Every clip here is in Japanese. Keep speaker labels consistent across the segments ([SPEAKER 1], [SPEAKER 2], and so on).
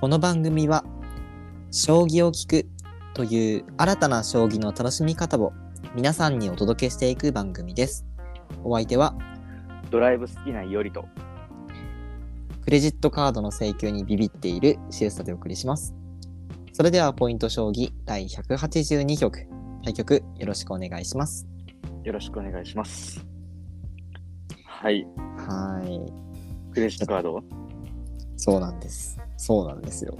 [SPEAKER 1] この番組は「将棋を聞く」という新たな将棋の楽しみ方を皆さんにお届けしていく番組です。お相手は
[SPEAKER 2] ドライブ好きないよりと。
[SPEAKER 1] クレジットカードの請求にビビっているシエスタでお送りします。それではポイント将棋第182局対局よろしくお願いします。
[SPEAKER 2] よろしくお願いします。はい。
[SPEAKER 1] はい、
[SPEAKER 2] クレジットカー ド
[SPEAKER 1] そうなんです。そうなんですよ。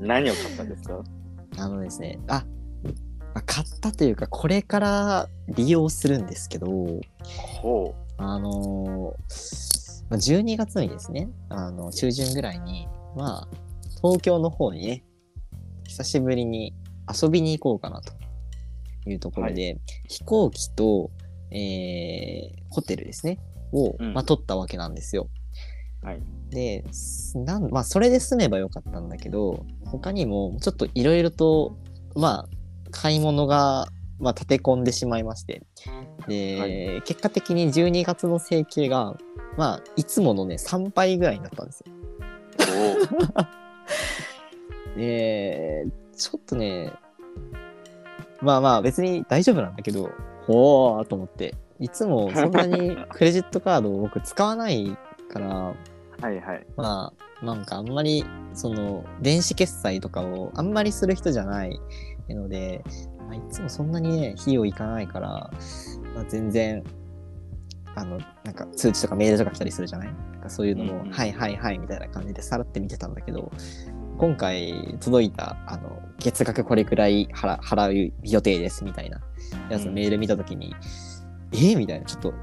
[SPEAKER 2] 何を買ったんですか
[SPEAKER 1] あのですね、あ、まあ買ったというかこれから利用するんですけど、
[SPEAKER 2] ほ
[SPEAKER 1] あのーまあ12月にですね、あの中旬ぐらいに、まあ、東京の方にね、久しぶりに遊びに行こうかなというところで、飛行機と、えーホテルですね、を、
[SPEAKER 2] うん
[SPEAKER 1] まあ、取ったわけなんですよ。
[SPEAKER 2] はい
[SPEAKER 1] で、すなんまあ、それで済めばよかったんだけど、他にもちょっといろいろと、まあ、買い物が、まあ、立て込んでしまいまして、で、
[SPEAKER 2] はい
[SPEAKER 1] 結果的に12月の整形が、まあ、いつものね、3倍ぐらいになったんですよ。
[SPEAKER 2] う。ほう。
[SPEAKER 1] で、ちょっとね、まあまあ、別に大丈夫なんだけど、ほーと思って、いつもそんなにクレジットカードを僕使わないから、
[SPEAKER 2] はいはい。
[SPEAKER 1] まあ、なんかあんまり、その、電子決済とかをあんまりする人じゃないので、まあ、いつもそんなにね、費用いかないから、まあ、全然、あの、なんか通知とかメールとか来たりするじゃないなんかそういうのも、
[SPEAKER 2] うんうん
[SPEAKER 1] はいはいはいみたいな感じでさらって見てたんだけど、今回届いた、あの、月額これくらい払払う予定ですみたいなやつの
[SPEAKER 2] うん
[SPEAKER 1] メール見たときに、えーみたいな、ちょっと、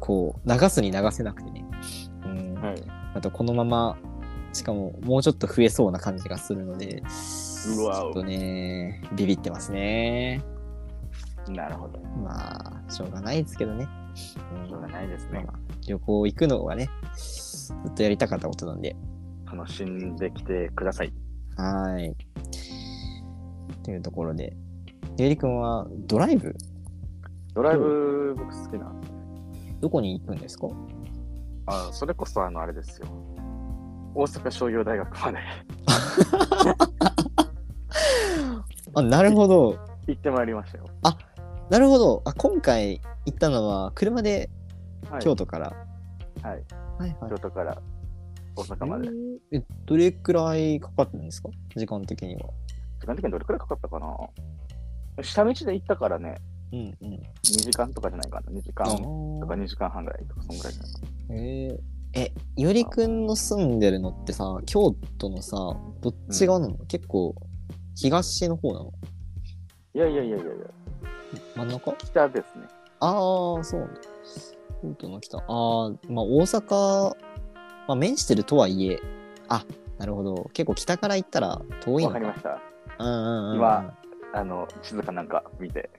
[SPEAKER 1] こう、流すに流せなくてね。うん
[SPEAKER 2] はい。
[SPEAKER 1] あとこのまま、しかももうちょっと増えそうな感じがするので、ち
[SPEAKER 2] うわ
[SPEAKER 1] ょ
[SPEAKER 2] お
[SPEAKER 1] っとね、ビビってますね。
[SPEAKER 2] なるほど。
[SPEAKER 1] まあ、しょうがないですけどね。うん
[SPEAKER 2] しょうがないです
[SPEAKER 1] まあ
[SPEAKER 2] ね
[SPEAKER 1] ま。あ旅行行くのがね、ずっとやりたかったことなんで。
[SPEAKER 2] 楽しんできてください。
[SPEAKER 1] はーい。というところで、ゆりくんはドライブ、
[SPEAKER 2] ドライブ、僕好きな。
[SPEAKER 1] どこに行くんですか
[SPEAKER 2] あそれこそあの、あれですよ。大阪商業大学まで
[SPEAKER 1] あ、なるほど。
[SPEAKER 2] 行ってまいりましたよ。
[SPEAKER 1] なるほど。あ、今回行ったのは、車で
[SPEAKER 2] はい、
[SPEAKER 1] 京都から。
[SPEAKER 2] はい。
[SPEAKER 1] はいはい
[SPEAKER 2] 京都から大阪まで。
[SPEAKER 1] えーえどれくらいかかったんですか時間的には。
[SPEAKER 2] 時間的にどれくらいかかったかな下道で行ったからね、
[SPEAKER 1] うんうん。
[SPEAKER 2] 2時間とかじゃないかな。2時間とか2時間半ぐらいとか、そんぐらいじゃないかな
[SPEAKER 1] えーえ、よりくんの住んでるのってさ、京都のさ、どっち側なの、結構、東の方なの
[SPEAKER 2] いやいやいやいやいや、
[SPEAKER 1] 真ん中
[SPEAKER 2] 北ですね。
[SPEAKER 1] ああ、そうなんだ。京都の北。ああ、まあ大阪、まあ面してるとはいえ、あ、なるほど。結構北から行ったら遠いの
[SPEAKER 2] わかりました。
[SPEAKER 1] うんうんうん。
[SPEAKER 2] 今あの、静かなんか 見て。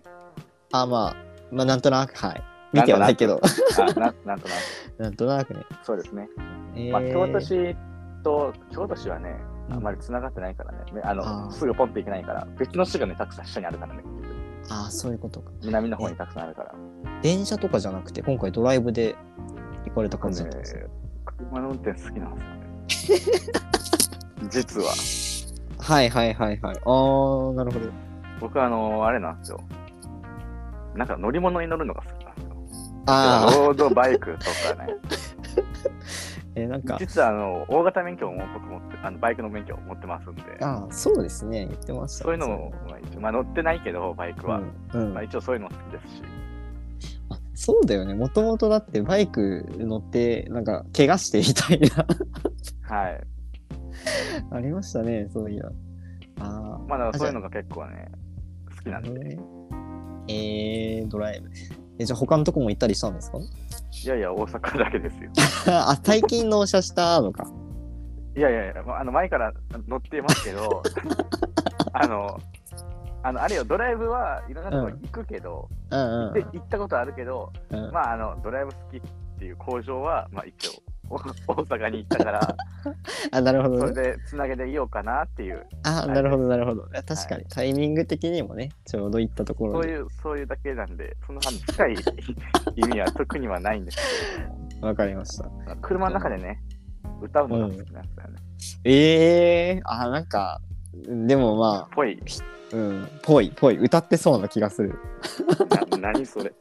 [SPEAKER 1] あまあ、まあなんとなく、はい。見てはないけど。
[SPEAKER 2] あななんとな
[SPEAKER 1] なんと なくね。
[SPEAKER 2] く。そうですね。
[SPEAKER 1] えー
[SPEAKER 2] まあ、京都市と、京都市はね、
[SPEAKER 1] うん
[SPEAKER 2] あんまり繋がってないからね。ねあの
[SPEAKER 1] あー
[SPEAKER 2] すぐポンって行けないから、別の市がね、たくさん下にあるからね。
[SPEAKER 1] ああ、そういうことか。
[SPEAKER 2] 南の方にたくさんあるから。
[SPEAKER 1] 電車とかじゃなくて、今回ドライブで行かれた感じだったんですね
[SPEAKER 2] ね車の運転好きなんですよね。実は。
[SPEAKER 1] はいはいはいはい。ああ、なるほど。
[SPEAKER 2] 僕あの、あれなんですよ。なんか乗り物に乗るのが好きなんですよ。
[SPEAKER 1] ああ、
[SPEAKER 2] ロードバイクとかね。
[SPEAKER 1] えなんか、
[SPEAKER 2] 実はあの大型免許も僕持ってあのバイクの免許を持ってますんで
[SPEAKER 1] ああ、そうですね。言ってましたね。
[SPEAKER 2] そういうのも、まあ、一応まあ乗ってないけどバイク
[SPEAKER 1] う
[SPEAKER 2] は、
[SPEAKER 1] ん、うん
[SPEAKER 2] まあ、一応そういうの好きですし
[SPEAKER 1] あそうだよね。もともとだってバイク乗って、なんか、怪我してみたいな。
[SPEAKER 2] はい
[SPEAKER 1] ありましたね、そういや。あ
[SPEAKER 2] まあだから
[SPEAKER 1] あ
[SPEAKER 2] そういうのが結構ね好き
[SPEAKER 1] あ、
[SPEAKER 2] なんで
[SPEAKER 1] ね。えー、ドライブ。え、じゃあ他のとこも行ったりしたんですか
[SPEAKER 2] いやいや大阪だけですよ
[SPEAKER 1] あ、最近納車したのか。
[SPEAKER 2] いやいやいや、まあ、あの前から乗ってますけど あのあのあれよドライブはいろんなとこ行くけど、
[SPEAKER 1] うんうん
[SPEAKER 2] で行ったことあるけど、
[SPEAKER 1] うん。うん
[SPEAKER 2] まああのドライブ好きっていう工場はまあ一応お大阪に行ったから
[SPEAKER 1] あ、なるほ
[SPEAKER 2] そ
[SPEAKER 1] ど
[SPEAKER 2] れ
[SPEAKER 1] ね。
[SPEAKER 2] でつなげていようかなっていう
[SPEAKER 1] あ、なるほど、なるほど。確かに、タイミング的にもね、ちょうど行ったところ
[SPEAKER 2] そう
[SPEAKER 1] で。
[SPEAKER 2] いう、そういうだけなんで、その反深 い意味は特にはないんです
[SPEAKER 1] わかりました。
[SPEAKER 2] けど、車の中でね、歌うのが好きなんですよね。
[SPEAKER 1] ええあ、なんか、でもま
[SPEAKER 2] ぽい。
[SPEAKER 1] あ、うん、ぽい、ぽい、歌ってそうな気がする。
[SPEAKER 2] な何それ。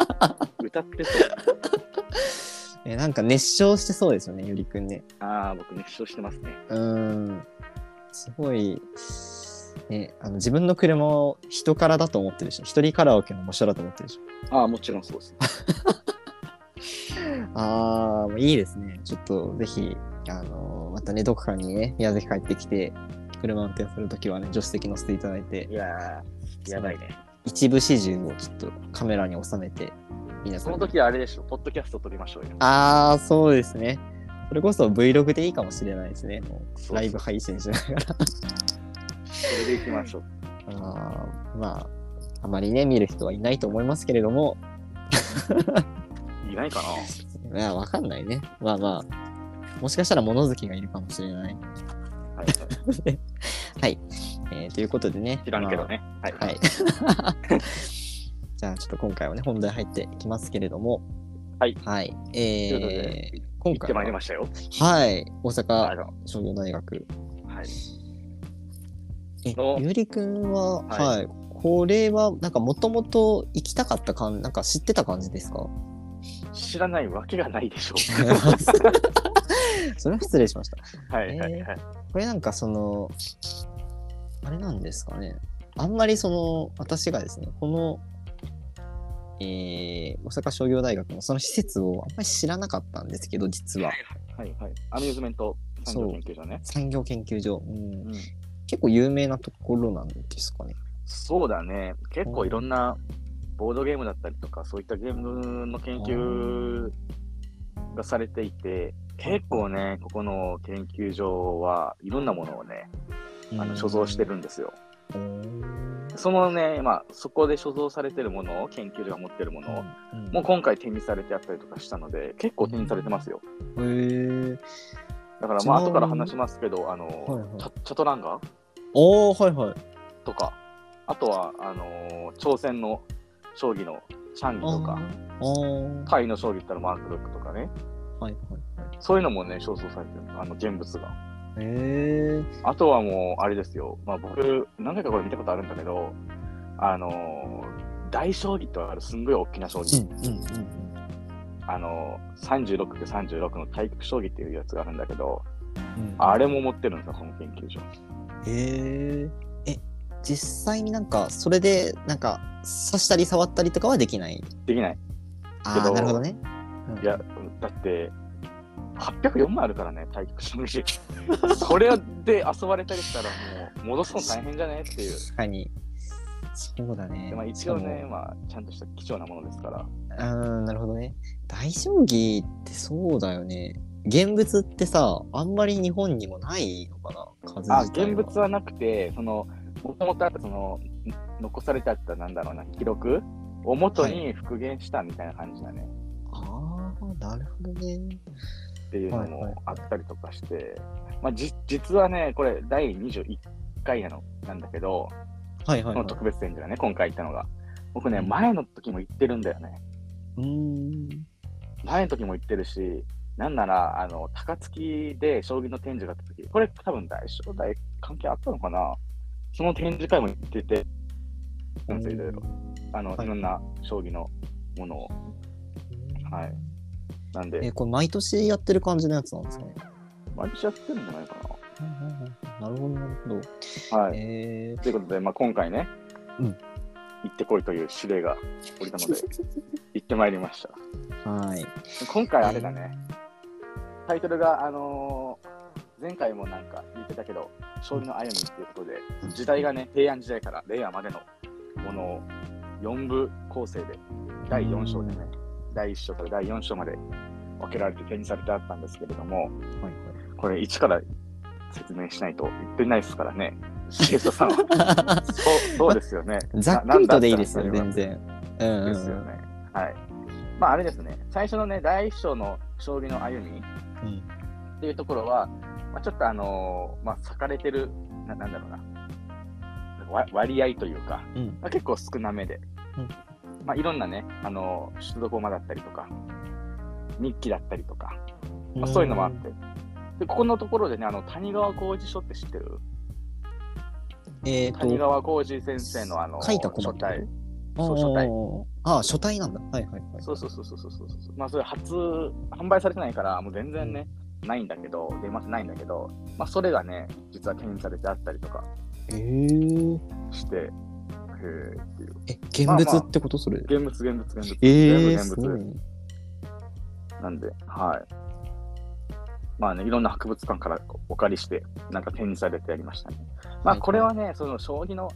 [SPEAKER 2] 歌ってそう。
[SPEAKER 1] え、なんか熱唱してそうですよね、ゆりくんね。
[SPEAKER 2] ああ、僕熱唱してますね。
[SPEAKER 1] うーんすごい、ね、あの自分の車を人からだと思ってるでしょ一人カラオケの模写だと思ってるでしょ
[SPEAKER 2] ああ、もちろんそうです。
[SPEAKER 1] ああいいですねちょっとぜひあのまたねどこかにね宮崎帰ってきて車運転するときはね助手席乗せていただいて
[SPEAKER 2] いやー、やばいね。
[SPEAKER 1] 一部始終をちょっとカメラに収めて皆さ
[SPEAKER 2] そ
[SPEAKER 1] ん
[SPEAKER 2] の
[SPEAKER 1] に
[SPEAKER 2] 時はあれでしょ、ポッドキャスト撮りましょうよ。
[SPEAKER 1] ああそうですねそれこそ Vlog でいいかもしれないですねも
[SPEAKER 2] そう
[SPEAKER 1] う
[SPEAKER 2] そう
[SPEAKER 1] ライブ配信しながら
[SPEAKER 2] それで行きましょう。
[SPEAKER 1] あーまああまりね見る人はいないと思いますけれども
[SPEAKER 2] いないか
[SPEAKER 1] いや、わかんないね。まあまあ、もしかしたら物好きがいるかもしれない。
[SPEAKER 2] なはいはい。
[SPEAKER 1] はい。えーということでね。
[SPEAKER 2] 知らんけどね。はい。
[SPEAKER 1] まあ。はい。 じゃあ、ちょっと今回はね、本題入っていきますけれども。
[SPEAKER 2] はい。
[SPEAKER 1] はい。え
[SPEAKER 2] ということで
[SPEAKER 1] ー、今
[SPEAKER 2] 行っ
[SPEAKER 1] 回
[SPEAKER 2] てまいり
[SPEAKER 1] は、
[SPEAKER 2] ましたよ。
[SPEAKER 1] はい。大
[SPEAKER 2] あ
[SPEAKER 1] 阪
[SPEAKER 2] の、
[SPEAKER 1] 商業大学。
[SPEAKER 2] はい。
[SPEAKER 1] え
[SPEAKER 2] の、
[SPEAKER 1] ゆりくんは、は。
[SPEAKER 2] はい
[SPEAKER 1] これは、なんか、もともと行きたかった感、なんか知ってた感じです か
[SPEAKER 2] 知らないわけがないでしょ
[SPEAKER 1] それは失礼しました。
[SPEAKER 2] う。はいはいはい。
[SPEAKER 1] これなんかそのあれなんですかねあんまりその私がですねこの、えー大阪商業大学のその施設をあんまり知らなかったんですけど実は
[SPEAKER 2] はいはい。アミューズメント産業研究所ね。
[SPEAKER 1] 産業研究所、うん、
[SPEAKER 2] うん
[SPEAKER 1] 結構有名なところなんですかね
[SPEAKER 2] そうだね。結構いろんなボードゲームだったりとか、そういったゲームの研究がされていて、結構ね、ここの研究所はいろんなものをね、あの所蔵してるんですよ。
[SPEAKER 1] うん
[SPEAKER 2] そのね、まあ、そこで所蔵されてるものを、研究所が持ってるものを、
[SPEAKER 1] うん
[SPEAKER 2] もう今回展示されてあったりとかしたので、結構展示されてますよ。
[SPEAKER 1] へー
[SPEAKER 2] だから、
[SPEAKER 1] ち
[SPEAKER 2] ま
[SPEAKER 1] な
[SPEAKER 2] あ、
[SPEAKER 1] みに
[SPEAKER 2] 後から話しますけど、あの、
[SPEAKER 1] はいはい
[SPEAKER 2] チャチャトランガ
[SPEAKER 1] おーはいはい
[SPEAKER 2] とか、あとは、あのー朝鮮の将棋のチャンギとか、
[SPEAKER 1] あー
[SPEAKER 2] タイの将棋って言ったらマークドックとかね、
[SPEAKER 1] はいはいはい
[SPEAKER 2] そういうのもね、焦燥されてる、あの、現物が。
[SPEAKER 1] へー
[SPEAKER 2] あとはもう、あれですよ、まあ、僕、何回かこれ見たことあるんだけど、あのー大将棋ってあるすんごい大きな将棋、
[SPEAKER 1] うんうんうん
[SPEAKER 2] あのー、36×36 の対局将棋っていうやつがあるんだけど、
[SPEAKER 1] うん
[SPEAKER 2] あれも持ってるんですよ、この研究所。
[SPEAKER 1] へえ。え、実際になんか、それで、なんか、刺したり触ったりとかはできない。
[SPEAKER 2] できない。
[SPEAKER 1] あ
[SPEAKER 2] け
[SPEAKER 1] あ、
[SPEAKER 2] ど
[SPEAKER 1] なるほどね。うん
[SPEAKER 2] いや、だって、804もあるからね、対 局将棋。それで遊ばれたりしたら、もう、戻すの大変じゃねっていう。
[SPEAKER 1] 確かに。そうだね
[SPEAKER 2] で。まあ、一応ね、まあ、ちゃんとした貴重なものですから。
[SPEAKER 1] しかも。うん、なるほどね。大将棋ってそうだよね。現物ってさ、あんまり日本にもないのかな数
[SPEAKER 2] あ
[SPEAKER 1] 自体
[SPEAKER 2] 現物はなくて、その、もともとあったその、ん残されてあった、なんだろうな、記録を元に復元したみたいな感じだね。
[SPEAKER 1] ああ、なるほどね。
[SPEAKER 2] っていうの
[SPEAKER 1] はいはい
[SPEAKER 2] もあったりとかして、まあ、じ実はね、これ、第21回なの、なんだけど、
[SPEAKER 1] はいはい、
[SPEAKER 2] こ
[SPEAKER 1] は
[SPEAKER 2] の
[SPEAKER 1] い。
[SPEAKER 2] 特別展示がね、今回行ったのが。僕ね、
[SPEAKER 1] うん
[SPEAKER 2] 前の時も行ってるんだよね。
[SPEAKER 1] うーん。
[SPEAKER 2] 前の時も行ってるし、なんなら、あの、高槻で将棋の展示があった時、これ多分大正大関係あったのかなその展示会も行ってて、なんですよいろいろ。あの、
[SPEAKER 1] はい
[SPEAKER 2] い、ろんな将棋のものを。はい。なんで
[SPEAKER 1] え、、これ毎年やってる感じのやつなんですかね。
[SPEAKER 2] 毎年やってるんじゃないか
[SPEAKER 1] なるほど、なるほど。
[SPEAKER 2] な。はい。
[SPEAKER 1] え
[SPEAKER 2] ということで、まあ、今回ね、
[SPEAKER 1] うん
[SPEAKER 2] 行ってこいという指令が降りた ので、行ってまいりました。
[SPEAKER 1] ー、はい。
[SPEAKER 2] 今回あれだね、タイトルが、あのー前回もなんか言ってたけど、将棋の歩みっていうことで、時代がね、平安時代から令和までのものを4部構成で、第4章でね、第1章から第4章まで分けられて展示されてあったんですけれども、
[SPEAKER 1] はいはい。。
[SPEAKER 2] これ1から説明しないと言ってないですからね、シエストさんは。そうそうですよね
[SPEAKER 1] ざっくりとでいいですよ、
[SPEAKER 2] な
[SPEAKER 1] 全
[SPEAKER 2] なんだ
[SPEAKER 1] 然。うん
[SPEAKER 2] った
[SPEAKER 1] うん
[SPEAKER 2] ら
[SPEAKER 1] う
[SPEAKER 2] そうですよ
[SPEAKER 1] ん
[SPEAKER 2] ね。はい。まあ、あれですね、最初のね、第一章の将棋の歩みっ
[SPEAKER 1] うん。
[SPEAKER 2] ていうところは、まあ、ちょっとあのーまあ、裂かれてる、ななんだろうな、わ割合というか、
[SPEAKER 1] うん
[SPEAKER 2] まあ、結構少なめで、
[SPEAKER 1] うん
[SPEAKER 2] まあ、いろんなね、あのー、出土駒だったりとか、日記だったりとか、まあ、そういうのもあって、で、ここのところでね、あの、谷川浩二書って知ってる
[SPEAKER 1] えっ、
[SPEAKER 2] 谷
[SPEAKER 1] と、
[SPEAKER 2] 川浩二先生のあの、
[SPEAKER 1] 書いたコマ
[SPEAKER 2] 書
[SPEAKER 1] ってこと
[SPEAKER 2] 体。そう書体
[SPEAKER 1] あーあー、書体なんだ。はいはいはい。
[SPEAKER 2] そうそうそうそうそうそうそう。まあ、それ初、販売されてないから、もう全然ね、ないんだけど、出ますないんだけど、まあ、それがね、実は検印されてあったりとか
[SPEAKER 1] えー、
[SPEAKER 2] して、へえっていう。
[SPEAKER 1] え、現物ってことそれ。
[SPEAKER 2] 現物、現物、現物。
[SPEAKER 1] ええー、
[SPEAKER 2] 全
[SPEAKER 1] す
[SPEAKER 2] 部現
[SPEAKER 1] ごい
[SPEAKER 2] 物。
[SPEAKER 1] ね。
[SPEAKER 2] なんで、はい。まあね、いろんな博物館からお借りして、なんか展示されてやりましたね。ま
[SPEAKER 1] は
[SPEAKER 2] あ、
[SPEAKER 1] い
[SPEAKER 2] これはね、その将棋の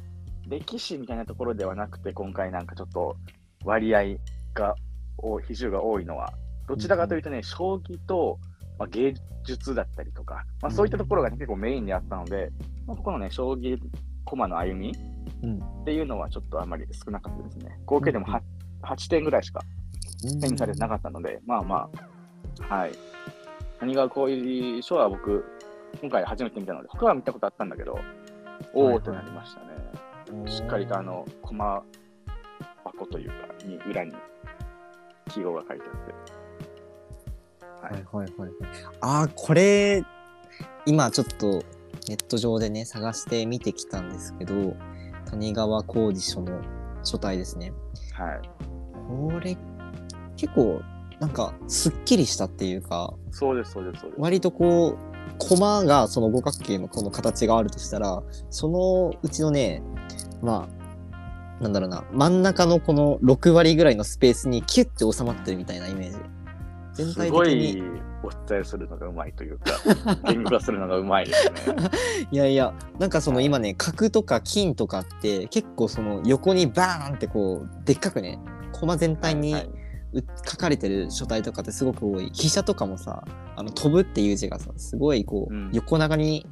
[SPEAKER 2] 歴史みたいなところではなくて、今回なんかちょっと割合が、お比重が多いのは、どちらかというとね、将棋と、まあ、芸術だったりとか、まあ、そういったところが、ね結構メインであったので、まあ、ここのね、将棋駒の歩み
[SPEAKER 1] うん
[SPEAKER 2] っていうのはちょっとあんまり少なかったですね。合計でも 8, 8点ぐらいしか手にされてなかったので、まあまあ、はい。谷川浩一賞は僕、今回初めて見たので、他は見たことあったんだけど、お
[SPEAKER 1] はい
[SPEAKER 2] お
[SPEAKER 1] はい
[SPEAKER 2] ってなりましたね。
[SPEAKER 1] うん
[SPEAKER 2] しっかりとあの、駒箱というか、に裏に記号が書いてあっ
[SPEAKER 1] は
[SPEAKER 2] て。はい
[SPEAKER 1] い。はいはいはい。ああ、これ、今ちょっとネット上でね、探して見てきたんですけど、谷川浩二書の書体ですね。
[SPEAKER 2] はい。
[SPEAKER 1] これ、結構、なんか、すっきりしたっていうか、
[SPEAKER 2] そうです、そうです、そうです。
[SPEAKER 1] 割とこう、駒がその五角形のこの形があるとしたら、そのうちのね、まあ、なんだろうな、真ん中のこの6割ぐらいのスペースにキュッて収まってるみたいなイメージ。全体
[SPEAKER 2] す
[SPEAKER 1] 的
[SPEAKER 2] ご
[SPEAKER 1] に
[SPEAKER 2] いお伝えするのがうまいというか、 言語化するのがうまいですね。
[SPEAKER 1] いやいや、なんかその今ね、角とか金とかって結構その横にバーンってこう、でっかくね、駒全体に
[SPEAKER 2] はい
[SPEAKER 1] 書かれてる書体とかってすごく多い。飛車とかもさ、あの飛ぶっていう字がさ、すごいこう、
[SPEAKER 2] うん
[SPEAKER 1] 横長に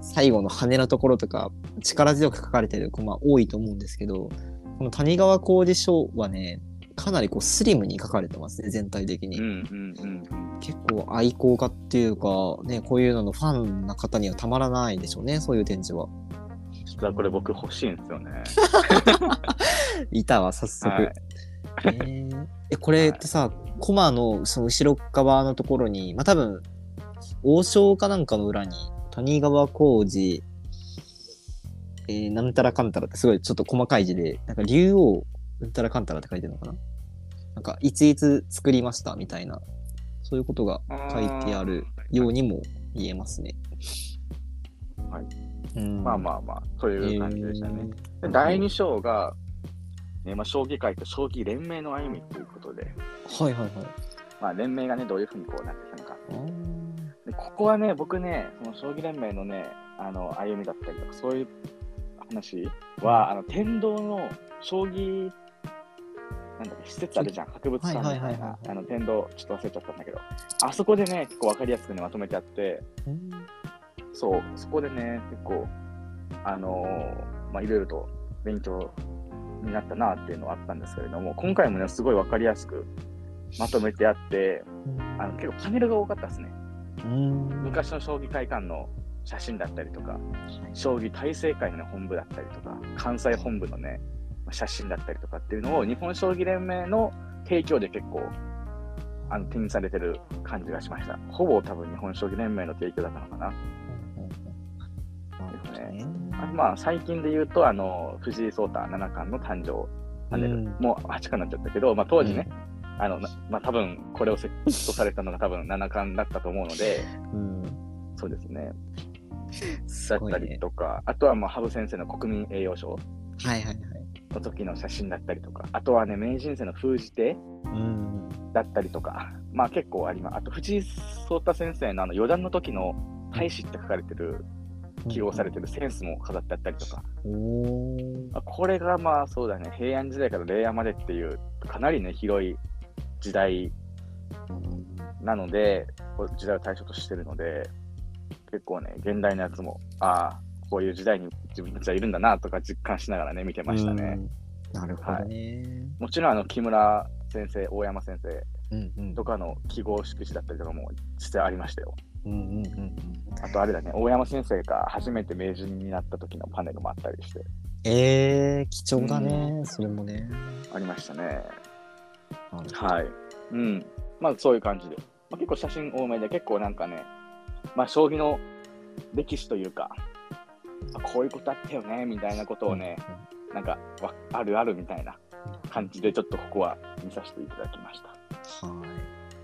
[SPEAKER 1] 最後の羽のところとか力強く書かれてる駒多いと思うんですけど、この谷川浩二書はね、かなりこうスリムに書かれてますね、全体的に。
[SPEAKER 2] うんうんうんうん。
[SPEAKER 1] 結構愛好家っていうか、ね、こういうののファンな方にはたまらないでしょうね、そういう展示は。
[SPEAKER 2] 実はこれ僕欲しいんですよね。
[SPEAKER 1] いたわ、早速。
[SPEAKER 2] はい
[SPEAKER 1] えー えこれってさ、コマのその後ろ側のところに、まあ多分、王将かなんかの裏に、谷川浩二、えーなんたらかんたらって、すごいちょっと細かい字で、なんか竜王、なんたらかんたらって書いてるのかななんか、いついつ作りましたみたいな、そういうことが書いてあるようにも見えますね。
[SPEAKER 2] はい。
[SPEAKER 1] うん、
[SPEAKER 2] まあ
[SPEAKER 1] あ、
[SPEAKER 2] まあまあ、という感じでした
[SPEAKER 1] え
[SPEAKER 2] ね。
[SPEAKER 1] ー
[SPEAKER 2] で第2章が、ねまあ、将棋界と将棋連盟の歩みということで、
[SPEAKER 1] はいはいはい。
[SPEAKER 2] まあ、連盟がね、どういうふうにこうなってきたのか。
[SPEAKER 1] あー
[SPEAKER 2] でここはね、僕ね、その将棋連盟のね、あの歩みだったりとか、そういう話は、あの天童の将棋、なんだっけ、施設あるじゃん、博物館みたいな、
[SPEAKER 1] はいはいはいはい
[SPEAKER 2] あの天童、ちょっと忘れちゃったんだけど、あそこでね、結構わかりやすくね、まとめてあって、
[SPEAKER 1] うん
[SPEAKER 2] そう、そこでね、結構、あのーまあ、いろいろと勉強になったなっていうのはあったんですけれども、今回もね、すごいわかりやすくまとめてあって、あの結構パネルが多かったですね。
[SPEAKER 1] うん
[SPEAKER 2] 昔の将棋会館の写真だったりとか、将棋体制会の本部だったりとか、関西本部のね、写真だったりとかっていうのを、日本将棋連盟の提供で結構、あの、展示されてる感じがしました。ほぼ多分日本将棋連盟の提供だったのかな。
[SPEAKER 1] なるほどね。
[SPEAKER 2] あまあ、最近で言うと、あの、藤井聡太七冠の誕生パネル、
[SPEAKER 1] うん
[SPEAKER 2] もう8冠になっちゃったけど、まあ、当時ね、あの、なまあ、多分これをセットされたのが多分七冠だったと思うので、
[SPEAKER 1] うん。
[SPEAKER 2] そうですね、
[SPEAKER 1] す
[SPEAKER 2] だっ
[SPEAKER 1] ごい
[SPEAKER 2] たり
[SPEAKER 1] ね。
[SPEAKER 2] とか、あとは、まあ、羽生先生の国民栄誉賞
[SPEAKER 1] はいはいはい。
[SPEAKER 2] の時の写真だったりとか、あとはね、名人戦の封じ手
[SPEAKER 1] うん。
[SPEAKER 2] だったりとか、まあ、結構あります。あと、藤井聡太先生のあの、四段の時の大使って書かれてる、起用されてるセンスも飾ってあったりとか、
[SPEAKER 1] おおー。
[SPEAKER 2] まあこれがまあそうだね平安時代から令和までっていうかなりね広い時代なのでこう時代を対象としてるので結構ね現代のやつもああこういう時代に自分たちはいるんだなとか実感しながらね見てましたね、
[SPEAKER 1] うん。なるほどね。
[SPEAKER 2] もちろんあの木村先生大山先生
[SPEAKER 1] うんうん
[SPEAKER 2] とかの記号色紙だったりとかも実際ありましたよ
[SPEAKER 1] うんうんうん。
[SPEAKER 2] あとあれだね大山先生が初めて名人になった時のパネルもあったりして
[SPEAKER 1] えー、貴重だね。それもね。
[SPEAKER 2] ありましたね
[SPEAKER 1] なるほど
[SPEAKER 2] はい。うん。まあ、そういう感じで。まあ、結構写真多めで、結構なんかね、まあ、将棋の歴史というか、あこういうことあったよねみたいなことをね、なんかわあるあるみたいな感じで、ちょっとここは見させていただきました。
[SPEAKER 1] うん。はい。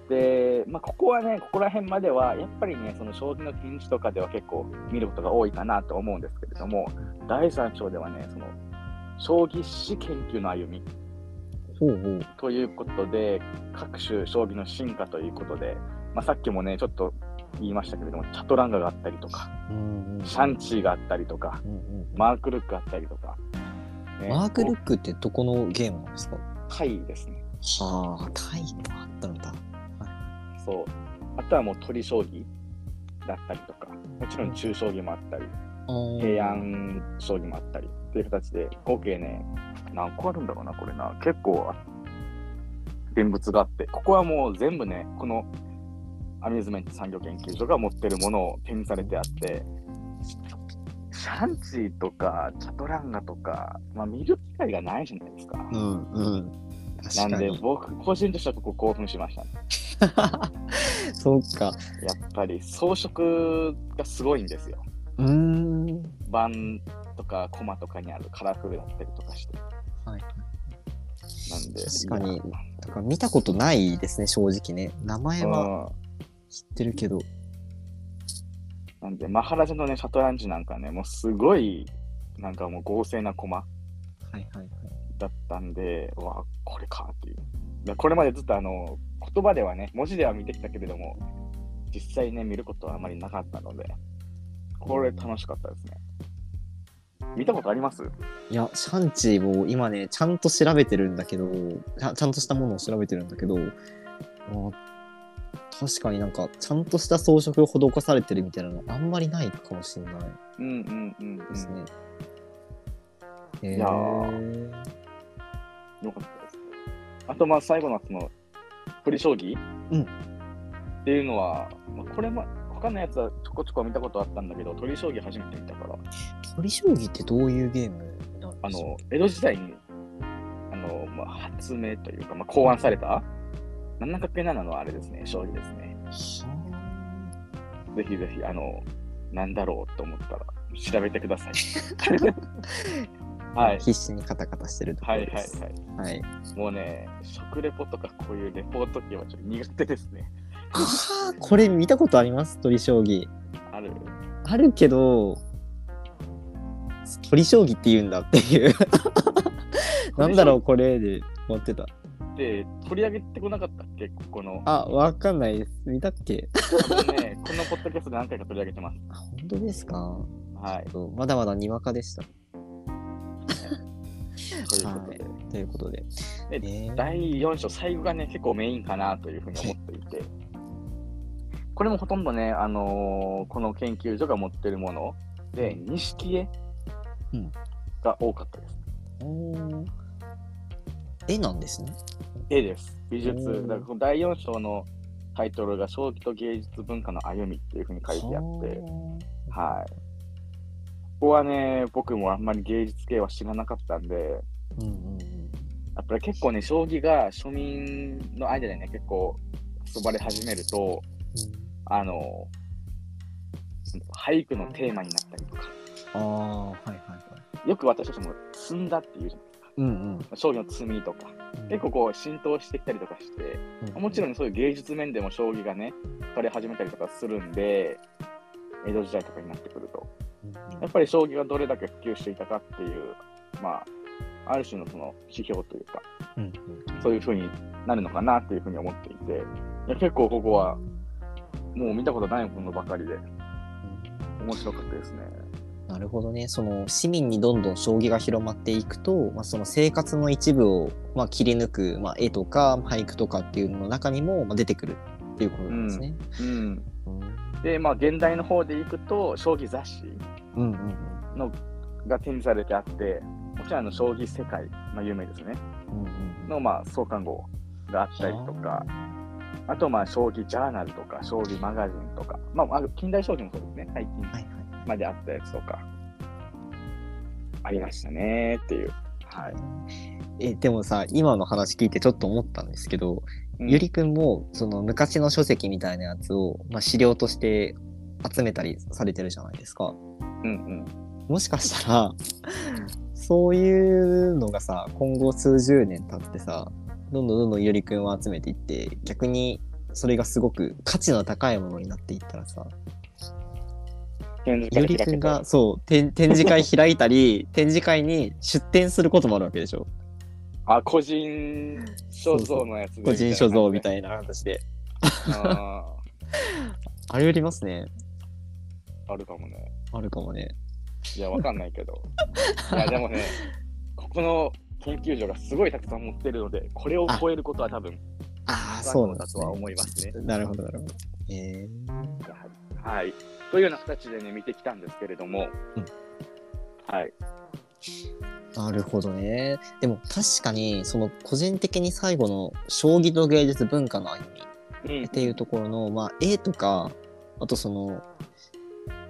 [SPEAKER 2] で、まあ、ここはね、ここら辺までは、やっぱりね、その将棋の禁止とかでは結構見ることが多いかなと思うんですけれども、第3章ではね、その将棋史研究の歩み
[SPEAKER 1] ほうほう。
[SPEAKER 2] ということで、各種将棋の進化ということで、まあ、さっきもね、ちょっと言いましたけれども、チャトランガがあったりとか、
[SPEAKER 1] うんうん。
[SPEAKER 2] シャンチーがあったりとか、
[SPEAKER 1] うんうん
[SPEAKER 2] マークルックがあったりとか、ね
[SPEAKER 1] マークル
[SPEAKER 2] こ
[SPEAKER 1] ックってどこのゲームなんですか
[SPEAKER 2] う貝ですね。
[SPEAKER 1] はあ、タイもあったんだ。
[SPEAKER 2] そう。あとはもう鳥将棋だったりとか、もちろん中将棋もあったり、平安将棋もあったりという形で合計ね何個あるんだろうなこれな結構あ現物があってここはもう全部ねこのアミューズメント産業研究所が持ってるものを展示されてあってシャンチーとかチャトランガとか、まあ、見る機会がないじゃないですか。
[SPEAKER 1] うんうん。確
[SPEAKER 2] なん
[SPEAKER 1] か
[SPEAKER 2] で
[SPEAKER 1] に。
[SPEAKER 2] 僕個人としてはここ興奮しました、ね、
[SPEAKER 1] そうか。
[SPEAKER 2] やっぱり装飾がすごいんですよ
[SPEAKER 1] うーん。
[SPEAKER 2] 盤とか駒とかにあるカラフルだったりとかして
[SPEAKER 1] はい。
[SPEAKER 2] なんで
[SPEAKER 1] 確かに、だから見たことないですね、正直ね。名前は
[SPEAKER 2] うん
[SPEAKER 1] 知ってるけど。
[SPEAKER 2] なんで、マハラジャのね、シャトランジなんかね、もうすごい、なんかもう合成な駒
[SPEAKER 1] はいはいはい。
[SPEAKER 2] だったんで、うわ、これかっていう。でこれまでずっとあの、言葉ではね、文字では見てきたけれども、実際ね、見ることはあまりなかったので、これ楽しかったですね。見たことあります
[SPEAKER 1] いや、シャンチーを今ね、ちゃんと調べてるんだけど、ちゃちゃんとしたものを調べてるんだけど、あ確かになんか、ちゃんとした装飾を施されてるみたいなのあんまりないかもしれない
[SPEAKER 2] うんうんうん、うん。
[SPEAKER 1] ですね。へ
[SPEAKER 2] いや
[SPEAKER 1] ー
[SPEAKER 2] よかったです。あと、まあ、最後のその、鳥将棋、
[SPEAKER 1] うん
[SPEAKER 2] っていうのは、まあ、これも、他のやつはちょこちょこ見たことあったんだけど、鳥将棋初めて見たから、
[SPEAKER 1] 鳥将棋ってどういうゲームなん
[SPEAKER 2] あ
[SPEAKER 1] ですか
[SPEAKER 2] の、江戸時代に、あの、まあ、発明というか、まあ、考案された、なんかペナなのはあれですね、将棋ですね。
[SPEAKER 1] は
[SPEAKER 2] ぜひぜひ、あの、なんだろうと思ったら、調べてく ださい。
[SPEAKER 1] あ
[SPEAKER 2] はい。
[SPEAKER 1] 必死にカタカタしてるとこ
[SPEAKER 2] はい
[SPEAKER 1] ろ
[SPEAKER 2] はい
[SPEAKER 1] で
[SPEAKER 2] は
[SPEAKER 1] す。
[SPEAKER 2] い。
[SPEAKER 1] はいはい。
[SPEAKER 2] もうね、食レポとかこういうレポート系はちょっと苦手です ね。
[SPEAKER 1] あーこれ見たことあります鳥将棋。
[SPEAKER 2] ある。
[SPEAKER 1] あるけど、鳥将棋って言うんだって いう。なんだろう、これで終わってた。
[SPEAKER 2] で、取り上げてこなかったっけこの、
[SPEAKER 1] あ、わかんないです。見たっけ
[SPEAKER 2] あのね、 このポッドキャストで何回か取り上げてます。
[SPEAKER 1] あ本当ですか
[SPEAKER 2] はい。
[SPEAKER 1] そうまだまだにわかで した。
[SPEAKER 2] ということで。
[SPEAKER 1] ということで。
[SPEAKER 2] え
[SPEAKER 1] えー
[SPEAKER 2] 第4章、最後がね、結構メインかなというふうに思っていて、これもほとんどね、あのーこの研究所が持ってるもので、錦絵
[SPEAKER 1] うん
[SPEAKER 2] が多かったです。
[SPEAKER 1] おー絵なんですね。
[SPEAKER 2] 絵です。美術。
[SPEAKER 1] おー
[SPEAKER 2] だからこの第4章のタイトルが、将棋と芸術文化の歩みっていうふうに書いてあって、
[SPEAKER 1] は
[SPEAKER 2] はい。ここはね、僕もあんまり芸術系は知らなかったんで、
[SPEAKER 1] ーうんうんうん
[SPEAKER 2] やっぱり結構ね、将棋が庶民の間でね、結構遊ばれ始めると、あの、俳句のテーマになったりとか、
[SPEAKER 1] ああ、はいはいはい。
[SPEAKER 2] よく私たちも積んだっていうじゃないです
[SPEAKER 1] うん
[SPEAKER 2] か将棋の積みとか、
[SPEAKER 1] うん。
[SPEAKER 2] 結構こう浸透してきたりとかして、もちろ
[SPEAKER 1] ん。
[SPEAKER 2] んそういう芸術面でも将棋がね、書かれ始めたりとかするんで、江戸時代とかになってくると、
[SPEAKER 1] うんうん
[SPEAKER 2] やっぱり将棋がどれだけ普及していたかっていう、まあ、ある種のその指標というか、
[SPEAKER 1] うんうん
[SPEAKER 2] そういう風になるのかなっていう風に思っていて、いや結構ここはもう見たことないものばかりで、面白かったですね。
[SPEAKER 1] なるほどね。その市民にどんどん将棋が広まっていくと、まあ、その生活の一部を、まあ、切り抜く、まあ、絵とか俳句とかっていうのの中にも、まあ、出てくるっていうことなんですね。
[SPEAKER 2] うん、
[SPEAKER 1] うん
[SPEAKER 2] で、まあ、現代の方でいくと、将棋雑誌
[SPEAKER 1] うんうん
[SPEAKER 2] のが展示されてあって、もちろんあの将棋世界、まあ、有名ですね、
[SPEAKER 1] うんうん
[SPEAKER 2] のまあ創刊号があったりとか、あとまあ将棋ジャーナルとか、将棋マガジンとか、まあ、あ近代将棋もそうですね、最近
[SPEAKER 1] はいは
[SPEAKER 2] まであったやつとか、ありましたねっていう。はい
[SPEAKER 1] い。えでもさ今の話聞いてちょっと思ったんですけど、
[SPEAKER 2] うん
[SPEAKER 1] ゆりくんもその昔の書籍みたいなやつを、まあ、資料として集めたりされてるじゃないですか。
[SPEAKER 2] うん
[SPEAKER 1] もしかしたら、そういうのがさ、今後数十年経ってさ、どんどんどんどんよりくんを集めていって、逆にそれがすごく価値の高いものになっていったらさ、
[SPEAKER 2] うん。
[SPEAKER 1] よりくんが、そう、展展示会開いたり、 展示会に出展することもあるわけでしょ。
[SPEAKER 2] あ、個人所蔵のやつで
[SPEAKER 1] 個人所蔵み
[SPEAKER 2] い
[SPEAKER 1] たいな形で。
[SPEAKER 2] な感じね。あ
[SPEAKER 1] ありりますね。
[SPEAKER 2] ーあるかもね。
[SPEAKER 1] あるかもね。
[SPEAKER 2] いや、わかんないけ ど。いや、でもね、ここの研究所がすごいたくさん持ってるので、これを超えることは多分、
[SPEAKER 1] ああ、そうなん
[SPEAKER 2] だ
[SPEAKER 1] だ
[SPEAKER 2] とは思いますね。
[SPEAKER 1] なるほど、なるほど。え
[SPEAKER 2] はい。というような形でね、見てきたんですけれども、
[SPEAKER 1] うん
[SPEAKER 2] はい。
[SPEAKER 1] ー、なるほどね。でも確かに、その個人的に最後の将棋と芸術文化の歩み
[SPEAKER 2] うん
[SPEAKER 1] っていうところの、まあ、絵とか、あとその、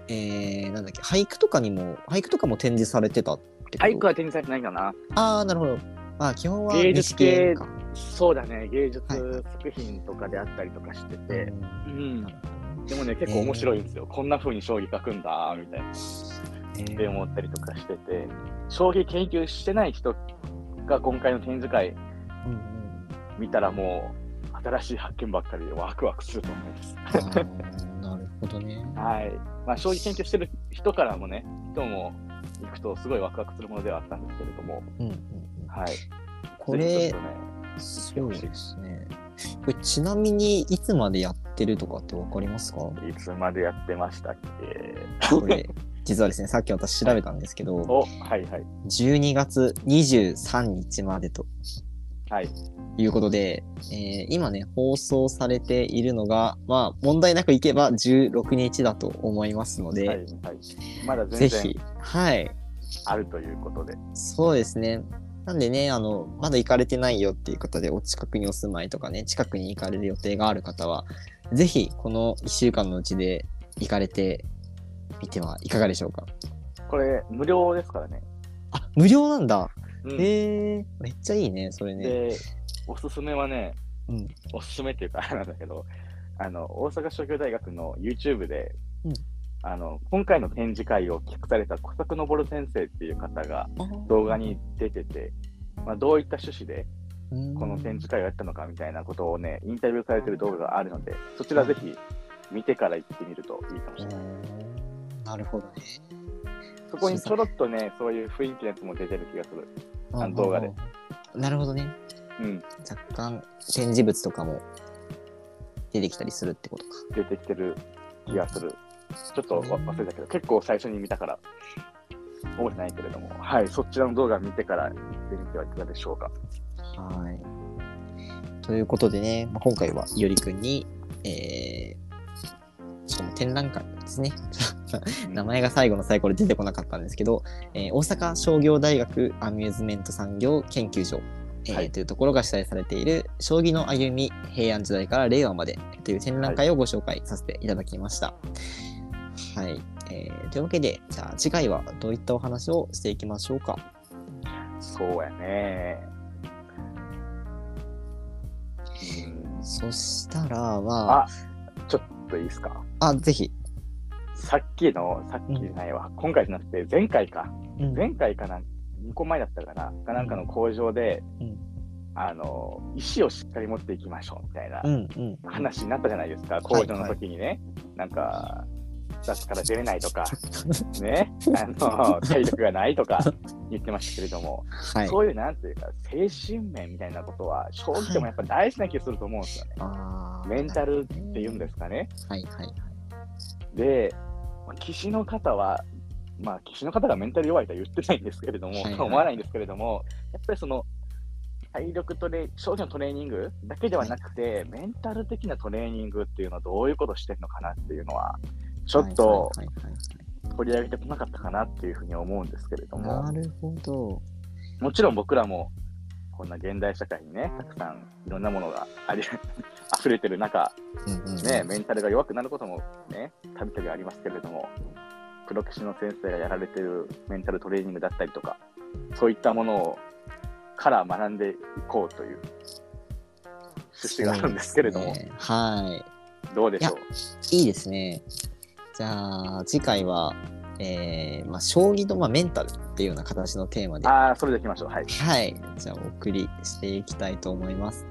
[SPEAKER 1] えー、なんだっけ、俳句とかにも、俳句とかも展示されてたってこと
[SPEAKER 2] 体育は展示されてないかな。
[SPEAKER 1] ああ、なるほど。まあ、基本は
[SPEAKER 2] 芸術
[SPEAKER 1] 西
[SPEAKER 2] 系
[SPEAKER 1] か
[SPEAKER 2] そうだね、芸術
[SPEAKER 1] はいはい
[SPEAKER 2] 作品とかであったりとかしてて、
[SPEAKER 1] うん
[SPEAKER 2] うん
[SPEAKER 1] なるほど
[SPEAKER 2] でもね、結構面白いんですよ。こんな風に将棋書くんだ、みたいな。
[SPEAKER 1] え
[SPEAKER 2] って
[SPEAKER 1] ー
[SPEAKER 2] 思ったりとかしてて、将棋研究してない人が今回の展示会
[SPEAKER 1] うんうん
[SPEAKER 2] 見たらもう、新しい発見ばっかりでワクワクすると思います。
[SPEAKER 1] あーなるほどね。
[SPEAKER 2] はい。まあ、将棋研究してる人からもね、人も行くとすごいワクワクするものではあったんですけれども、
[SPEAKER 1] うんうんうん、
[SPEAKER 2] はい。
[SPEAKER 1] こ
[SPEAKER 2] ぜひ
[SPEAKER 1] れ
[SPEAKER 2] ちょっ、とね
[SPEAKER 1] そうですね。これちなみにいつまでやってるとかってわかりますか
[SPEAKER 2] いつまでやってましたっけ
[SPEAKER 1] これ 実はですねさっき私調べたんですけど
[SPEAKER 2] お、はいはい。
[SPEAKER 1] 12月23日までと
[SPEAKER 2] はい。
[SPEAKER 1] いうことで、えー今ね放送されているのがまあ問題なくいけば16日だと思いますので、
[SPEAKER 2] はいはい、まだ全
[SPEAKER 1] ぜ
[SPEAKER 2] 然
[SPEAKER 1] ひはい
[SPEAKER 2] あるということで。
[SPEAKER 1] そうですねなんでねあのまだ行かれてないよっていう方でお近くにお住まいとかね近くに行かれる予定がある方はぜひこの1週間のうちで行かれてみてはいかがでしょうか
[SPEAKER 2] これ、無料ですからね。
[SPEAKER 1] あ無料なんだ
[SPEAKER 2] うん
[SPEAKER 1] へえめっちゃいいねそれね。
[SPEAKER 2] で、おすすめはね、
[SPEAKER 1] うん
[SPEAKER 2] おすすめっていうか、あれなんだけど、あの、大阪商業大学の YouTube で、
[SPEAKER 1] うん
[SPEAKER 2] あの、今回の展示会を企画された小作昇先生っていう方が動画に出てて、まあ、どういった趣旨でこの展示会をやったのかみたいなことをね、インタビューされてる動画があるので、そちらぜひ見てから行ってみるといいかもしれない。
[SPEAKER 1] うんなるほどね。
[SPEAKER 2] そこにちょろっとね、そういう雰囲気のやつも出てる気がする。あの動画で
[SPEAKER 1] なるほどね。
[SPEAKER 2] うん、
[SPEAKER 1] 若干展示物とかも出てきたりするってことか。
[SPEAKER 2] 出てきてる気がする。ちょっとわ忘れたけど、結構最初に見たから、覚えてないけれども、はい、そちらの動画見てから行ってみてはいかがでしょうか。
[SPEAKER 1] はい。ということでね、まあ、今回はよりくんに、えー、しかも展覧会ですね。名前が最後の最後で出てこなかったんですけど、えー大阪商業大学アミューズメント産業研究所、えー
[SPEAKER 2] はい
[SPEAKER 1] というところが主催されている「将棋の歩み平安時代から令和まで」という展覧会をご紹介させていただきました。はい、えーというわけでじゃあ次回はどういったお話をしていきましょうか。
[SPEAKER 2] そうやね。うん
[SPEAKER 1] そしたらは
[SPEAKER 2] あちょっといいですか。
[SPEAKER 1] あぜひ。
[SPEAKER 2] さっきの、さっきじゃないわ、今回じゃなくて、前回か。
[SPEAKER 1] うん
[SPEAKER 2] 前回かな、2個前だったかな、かなんかの工場で、
[SPEAKER 1] うん
[SPEAKER 2] あの、石をしっかり持っていきましょうみたいな
[SPEAKER 1] うんうん、
[SPEAKER 2] 話になったじゃないですか、工場の時にね。なんか、雑から出れないとか、ね、あ の、体力がないとか言ってましたけれども、
[SPEAKER 1] はい。
[SPEAKER 2] そういう、なんていうか、精神面みたいなことは、正直でもやっぱ大事な気がすると思うんですよね。
[SPEAKER 1] あー
[SPEAKER 2] メンタルっていうんですかね。
[SPEAKER 1] はいはいはい。
[SPEAKER 2] で、まあ、棋士の方は、まあ、棋士の方がメンタル弱いとは言ってないんですけれども、
[SPEAKER 1] はいはい
[SPEAKER 2] 思わないんですけれども、やっぱりその、体力トレ、少女のトレーニングだけではなくて、メンタル的なトレーニングっていうのはどういうことしてるのかなっていうのは、ちょっと
[SPEAKER 1] はいはいはいはい
[SPEAKER 2] 取り上げてこなかったかなっていうふうに思うんですけれども、
[SPEAKER 1] なるほど。
[SPEAKER 2] もちろん僕らも、こんな現代社会にね、たくさんいろんなものがあり 溢れてる中、
[SPEAKER 1] うんうんうん
[SPEAKER 2] ね、メンタルが弱くなることもね、たびたびありますけれども、プロ棋士の先生がやられてるメンタルトレーニングだったりとか、そういったものをから学んでいこうという趣旨があるんですけれども、
[SPEAKER 1] そうですねは
[SPEAKER 2] どうでしょう
[SPEAKER 1] いいですね。じゃあ、次回は、えー、まあ、将棋と、まあ、メンタルっていうような形のテーマで、
[SPEAKER 2] ああ、それでいきましょう。はい。
[SPEAKER 1] はい。じゃあ、お送りしていきたいと思います。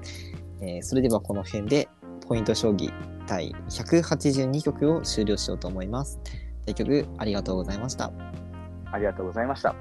[SPEAKER 1] えーそれではこの辺で、ポイント将棋第182局を終了しようと思います。対局ありがとうございました。
[SPEAKER 2] ありがとうございました。